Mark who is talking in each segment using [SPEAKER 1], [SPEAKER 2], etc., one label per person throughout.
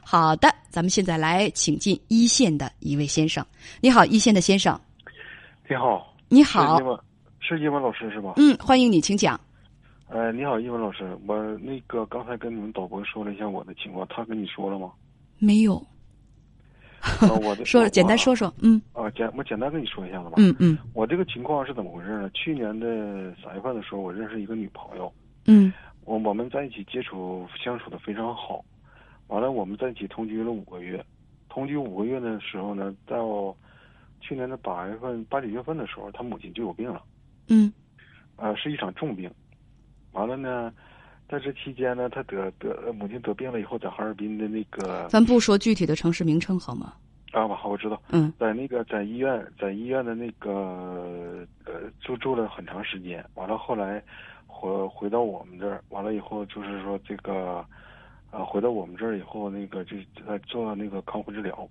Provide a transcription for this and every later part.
[SPEAKER 1] 好的，咱们现在来请进一线的一位先生。你好，一线的先生。
[SPEAKER 2] 你好，
[SPEAKER 1] 你
[SPEAKER 2] 是
[SPEAKER 1] 好
[SPEAKER 2] 英，文是英文老师是吧？
[SPEAKER 1] 嗯，欢迎你，请讲。
[SPEAKER 2] 呃，你好，英文老师，我那个刚才跟你们导播说了一下我的情况，他跟你说 了吗？
[SPEAKER 1] 没有，
[SPEAKER 2] 呃、我的
[SPEAKER 1] 说
[SPEAKER 2] 我
[SPEAKER 1] 简单说说，嗯
[SPEAKER 2] 啊，简我简单跟你说一下子吧。
[SPEAKER 1] 嗯嗯
[SPEAKER 2] 我这个情况是怎么回事呢？去年的三月份的时候，我认识一个女朋友，
[SPEAKER 1] 嗯
[SPEAKER 2] 我我们在一起接触相处的非常好，完了我们在一起同居了五个月，同居五个月的时候呢，到去年的八月份八九月份的时候，她母亲就有病了。
[SPEAKER 1] 嗯
[SPEAKER 2] 呃，是一场重病。完了呢，在这期间呢，他得得呃母亲得病了以后，在哈尔滨的那个
[SPEAKER 1] 咱不说具体的城市名称好吗？
[SPEAKER 2] 啊，我好，我知道，
[SPEAKER 1] 嗯
[SPEAKER 2] 在那个在医院，在医院的那个呃住住了很长时间。完了后来回回到我们这儿，完了以后就是说这个。啊，回到我们这儿以后，那个就在做那个康复治疗。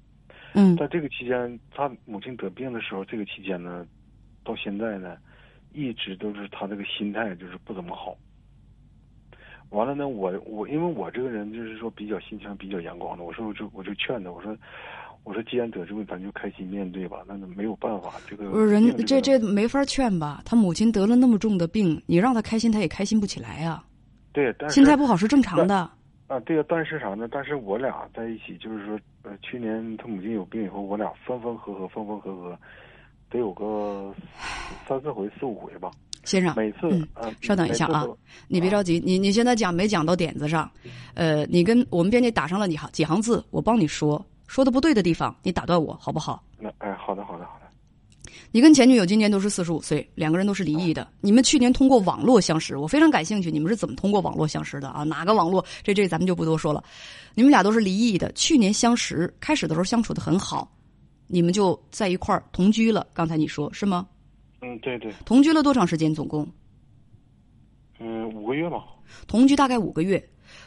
[SPEAKER 1] 嗯
[SPEAKER 2] 在这个期间，他母亲得病的时候，这个期间呢，到现在呢，一直都是他这个心态就是不怎么好。完了呢，我我因为我这个人就是说比较心情比较阳光的，我说我就我就劝他，我说我说既然得这病，咱就开心面对吧，那没有办法，这个
[SPEAKER 1] 不是人
[SPEAKER 2] 病个
[SPEAKER 1] 这这没法劝吧？他母亲得了那么重的病，你让他开心，他也开心不起来呀、
[SPEAKER 2] 对，但是
[SPEAKER 1] 心态不好是正常的。
[SPEAKER 2] 啊，对呀、但是啥呢？但是我俩在一起，就是说，呃，去年他母亲有病以后，我俩分分合合，分分合合，得有个三四回、四五回吧。
[SPEAKER 1] 先生，
[SPEAKER 2] 每次，
[SPEAKER 1] 嗯
[SPEAKER 2] 啊，
[SPEAKER 1] 稍等一下啊
[SPEAKER 2] 每次都
[SPEAKER 1] 你别着急，你你现在讲没讲到点子上？呃，你跟我们编辑打上了你行几行字，我帮你说，说的不对的地方，你打断我好不好？
[SPEAKER 2] 那哎，好的，好的，好的。
[SPEAKER 1] 你跟前女友今年都是四十五岁，两个人都是离异的。你们去年通过网络相识，我非常感兴趣，你们是怎么通过网络相识的啊？哪个网络？这这咱们就不多说了。你们俩都是离异的，去年相识，开始的时候相处的很好，你们就在一块儿同居了。刚才你说是吗？
[SPEAKER 2] 嗯，对对，
[SPEAKER 1] 同居了多长时间？总共
[SPEAKER 2] 嗯，五个月吧。
[SPEAKER 1] 同居大概五个月。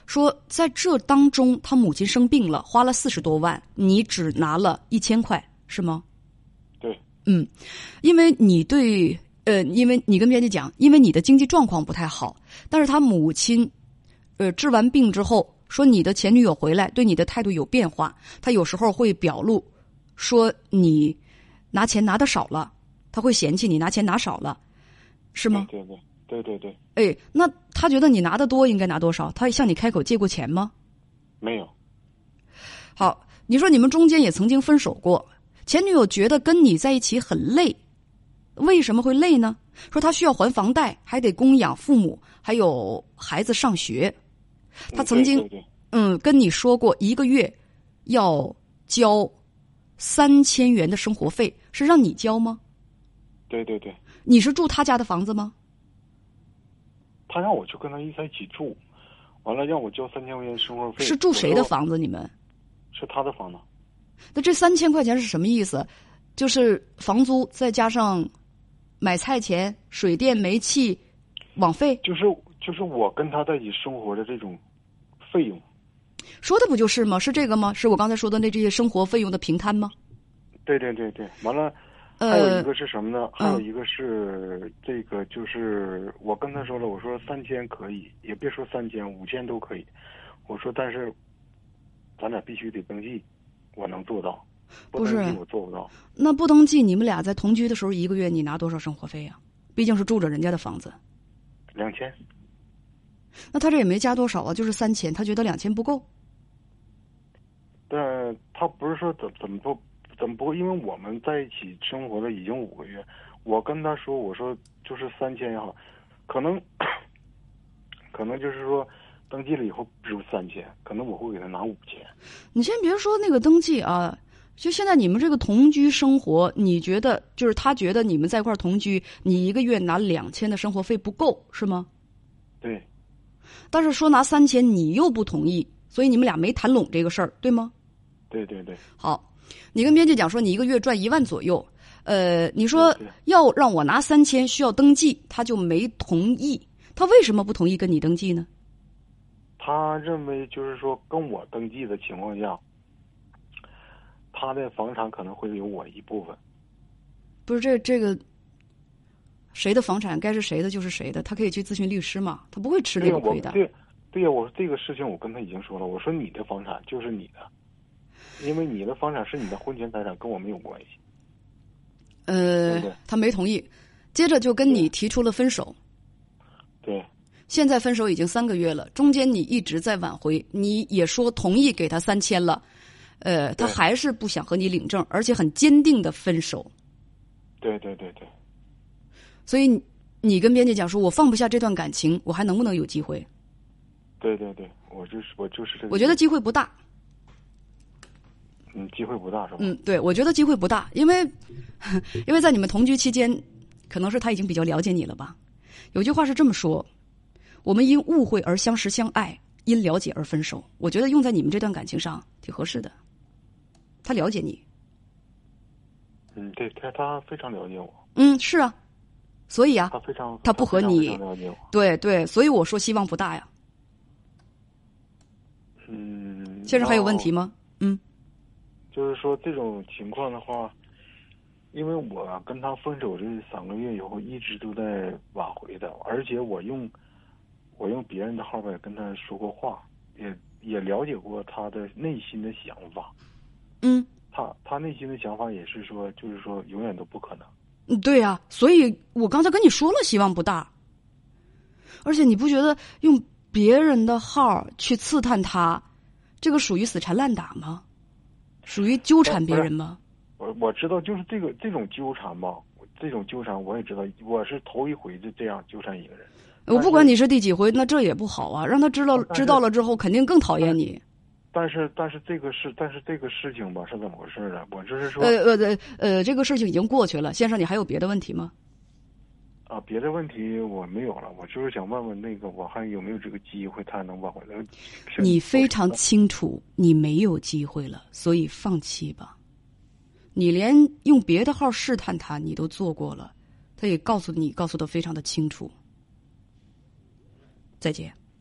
[SPEAKER 1] 说在这当中，他母亲生病了，花了四十多万，你只拿了一千块，是吗？
[SPEAKER 2] 对，
[SPEAKER 1] 嗯，因为你对呃，因为你跟编辑讲，因为你的经济状况不太好，但是他母亲，呃，治完病之后说你的前女友回来对你的态度有变化，他有时候会表露说你拿钱拿的少了，他会嫌弃你拿钱拿少了，是
[SPEAKER 2] 是
[SPEAKER 1] 吗？
[SPEAKER 2] 对对对对对，
[SPEAKER 1] 哎，那他觉得你拿的多应该拿多少？他向你开口借过钱吗？
[SPEAKER 2] 没有。
[SPEAKER 1] 好，你说你们中间也曾经分手过，前女友觉得跟你在一起很累，为什么会累呢？说她需要还房贷，还得供养父母，还有孩子上学。
[SPEAKER 2] 嗯
[SPEAKER 1] 他曾经
[SPEAKER 2] 对对对
[SPEAKER 1] 嗯，跟你说过一个月要交三千元的生活费，是让你交吗？
[SPEAKER 2] 对对对，
[SPEAKER 1] 你是住他家的房子吗？
[SPEAKER 2] 他让我去跟他一在一起住，完了让我交三千块钱生活费。
[SPEAKER 1] 是住谁的
[SPEAKER 2] 我说？
[SPEAKER 1] 房子？你们？
[SPEAKER 2] 是他的房子。
[SPEAKER 1] 那这三千块钱是什么意思？就是房租再加上买菜钱、水电煤气、网费，
[SPEAKER 2] 就是就是我跟他在一起生活的这种费用。
[SPEAKER 1] 说的不就是吗？是这个吗？是我刚才说的那这些生活费用的平摊吗？
[SPEAKER 2] 对对对对，完了。还有一
[SPEAKER 1] 呃，
[SPEAKER 2] 个是什么呢？还有一个是这个，就是我跟他说了，我说三千可以，也别说三千，五千都可以。我说，但是咱俩必须得登记，我能做到，
[SPEAKER 1] 不是
[SPEAKER 2] 登记我做不到。
[SPEAKER 1] 那不登记，你们俩在同居的时候，一个月你拿多少生活费呀、毕竟是住着人家的房子，
[SPEAKER 2] 两千，
[SPEAKER 1] 那他这也没加多少啊，就是三千，他觉得两千不够。
[SPEAKER 2] 但他不是说怎怎么不怎么不，因为我们在一起生活了已经五个月，我跟他说，我说就是三千也好，可能可能就是说登记了以后不是三千，可能我会给他拿五千。
[SPEAKER 1] 你先别说那个登记啊，就现在你们这个同居生活，你觉得就是他觉得你们在一块儿同居，你一个月拿两千的生活费不够是吗？
[SPEAKER 2] 对。
[SPEAKER 1] 但是说拿三千，你又不同意，所以你们俩没谈拢这个事儿，对吗？
[SPEAKER 2] 对对对，
[SPEAKER 1] 好，你跟编辑讲说你一个月赚一万左右，呃，你说
[SPEAKER 2] 对对
[SPEAKER 1] 要让我拿三千，需要登记，他就没同意。他为什么不同意跟你登记呢？
[SPEAKER 2] 他认为就是说跟我登记的情况下，他的房产可能会有我一部分。
[SPEAKER 1] 不是这这个，谁的房产该是谁的就是谁的，他可以去咨询律师嘛，他不会吃
[SPEAKER 2] 对
[SPEAKER 1] 这
[SPEAKER 2] 呀，
[SPEAKER 1] 个
[SPEAKER 2] 我
[SPEAKER 1] 亏的。
[SPEAKER 2] 对对呀，我说这个事情我跟他已经说了，我说你的房产就是你的，因为你的房产是你的婚前财产，跟我没有关系。
[SPEAKER 1] 呃
[SPEAKER 2] 对对，
[SPEAKER 1] 他没同意，接着就跟你提出了分手。
[SPEAKER 2] 对，
[SPEAKER 1] 现在分手已经三个月了，中间你一直在挽回，你也说同意给他三千了，呃，他
[SPEAKER 2] 对
[SPEAKER 1] 还是不想和你领证，而且很坚定的分手。
[SPEAKER 2] 对对对对，
[SPEAKER 1] 所以你你跟编辑讲说，我放不下这段感情，我还能不能有机会？
[SPEAKER 2] 对对对，我就是我就是这个。
[SPEAKER 1] 我觉得机会不大。
[SPEAKER 2] 嗯，机会不大是吧？
[SPEAKER 1] 嗯，对，我觉得机会不大，因为 因为在你们同居期间，可能是他已经比较了解你了吧。有句话是这么说：我们因误会而相识相爱，因了解而分手。我觉得用在你们这段感情上挺合适的。他了解你，
[SPEAKER 2] 嗯，对他他非常了解我，
[SPEAKER 1] 嗯，是啊，所以啊，
[SPEAKER 2] 他非常
[SPEAKER 1] 他不和
[SPEAKER 2] 非常
[SPEAKER 1] 你
[SPEAKER 2] 非常了解我。
[SPEAKER 1] 对对，所以我说希望不大呀。
[SPEAKER 2] 嗯，
[SPEAKER 1] 先生还有问题
[SPEAKER 2] 吗？
[SPEAKER 1] 吗？嗯
[SPEAKER 2] 就是说这种情况的话，因为我跟他分手这三个月以后，一直都在挽回的，而且我用我用别人的号儿也跟他说过话，也也了解过他的内心的想法。
[SPEAKER 1] 嗯，
[SPEAKER 2] 他他内心的想法也是说，就是说永远都不可能。
[SPEAKER 1] 嗯对呀、所以我刚才跟你说了，希望不大。而且你不觉得用别人的号儿去刺探他，这个属于死缠烂打吗？属于纠缠别人吗？
[SPEAKER 2] 我我知道，就是这个这种纠缠吧，这种纠缠我也知道，我是头一回就这样纠缠一个人。
[SPEAKER 1] 我不管你是第几回，那这也不好啊。让他知道
[SPEAKER 2] 但是
[SPEAKER 1] 知道了之后，肯定更讨厌你。
[SPEAKER 2] 但是但是这个事，但是这个事情吧是怎么回事呢？我就是说
[SPEAKER 1] 呃呃呃呃，这个事情已经过去了，先生，你还有别的问题吗？
[SPEAKER 2] 啊，别的问题我没有了，我就是想问问那个我还有没有这个机会，他能挽回来？是
[SPEAKER 1] 你非常清楚你没有机会了，所以放弃吧。你连用别的号试探他，你都做过了，他也告诉你，告诉的非常的清楚。再见。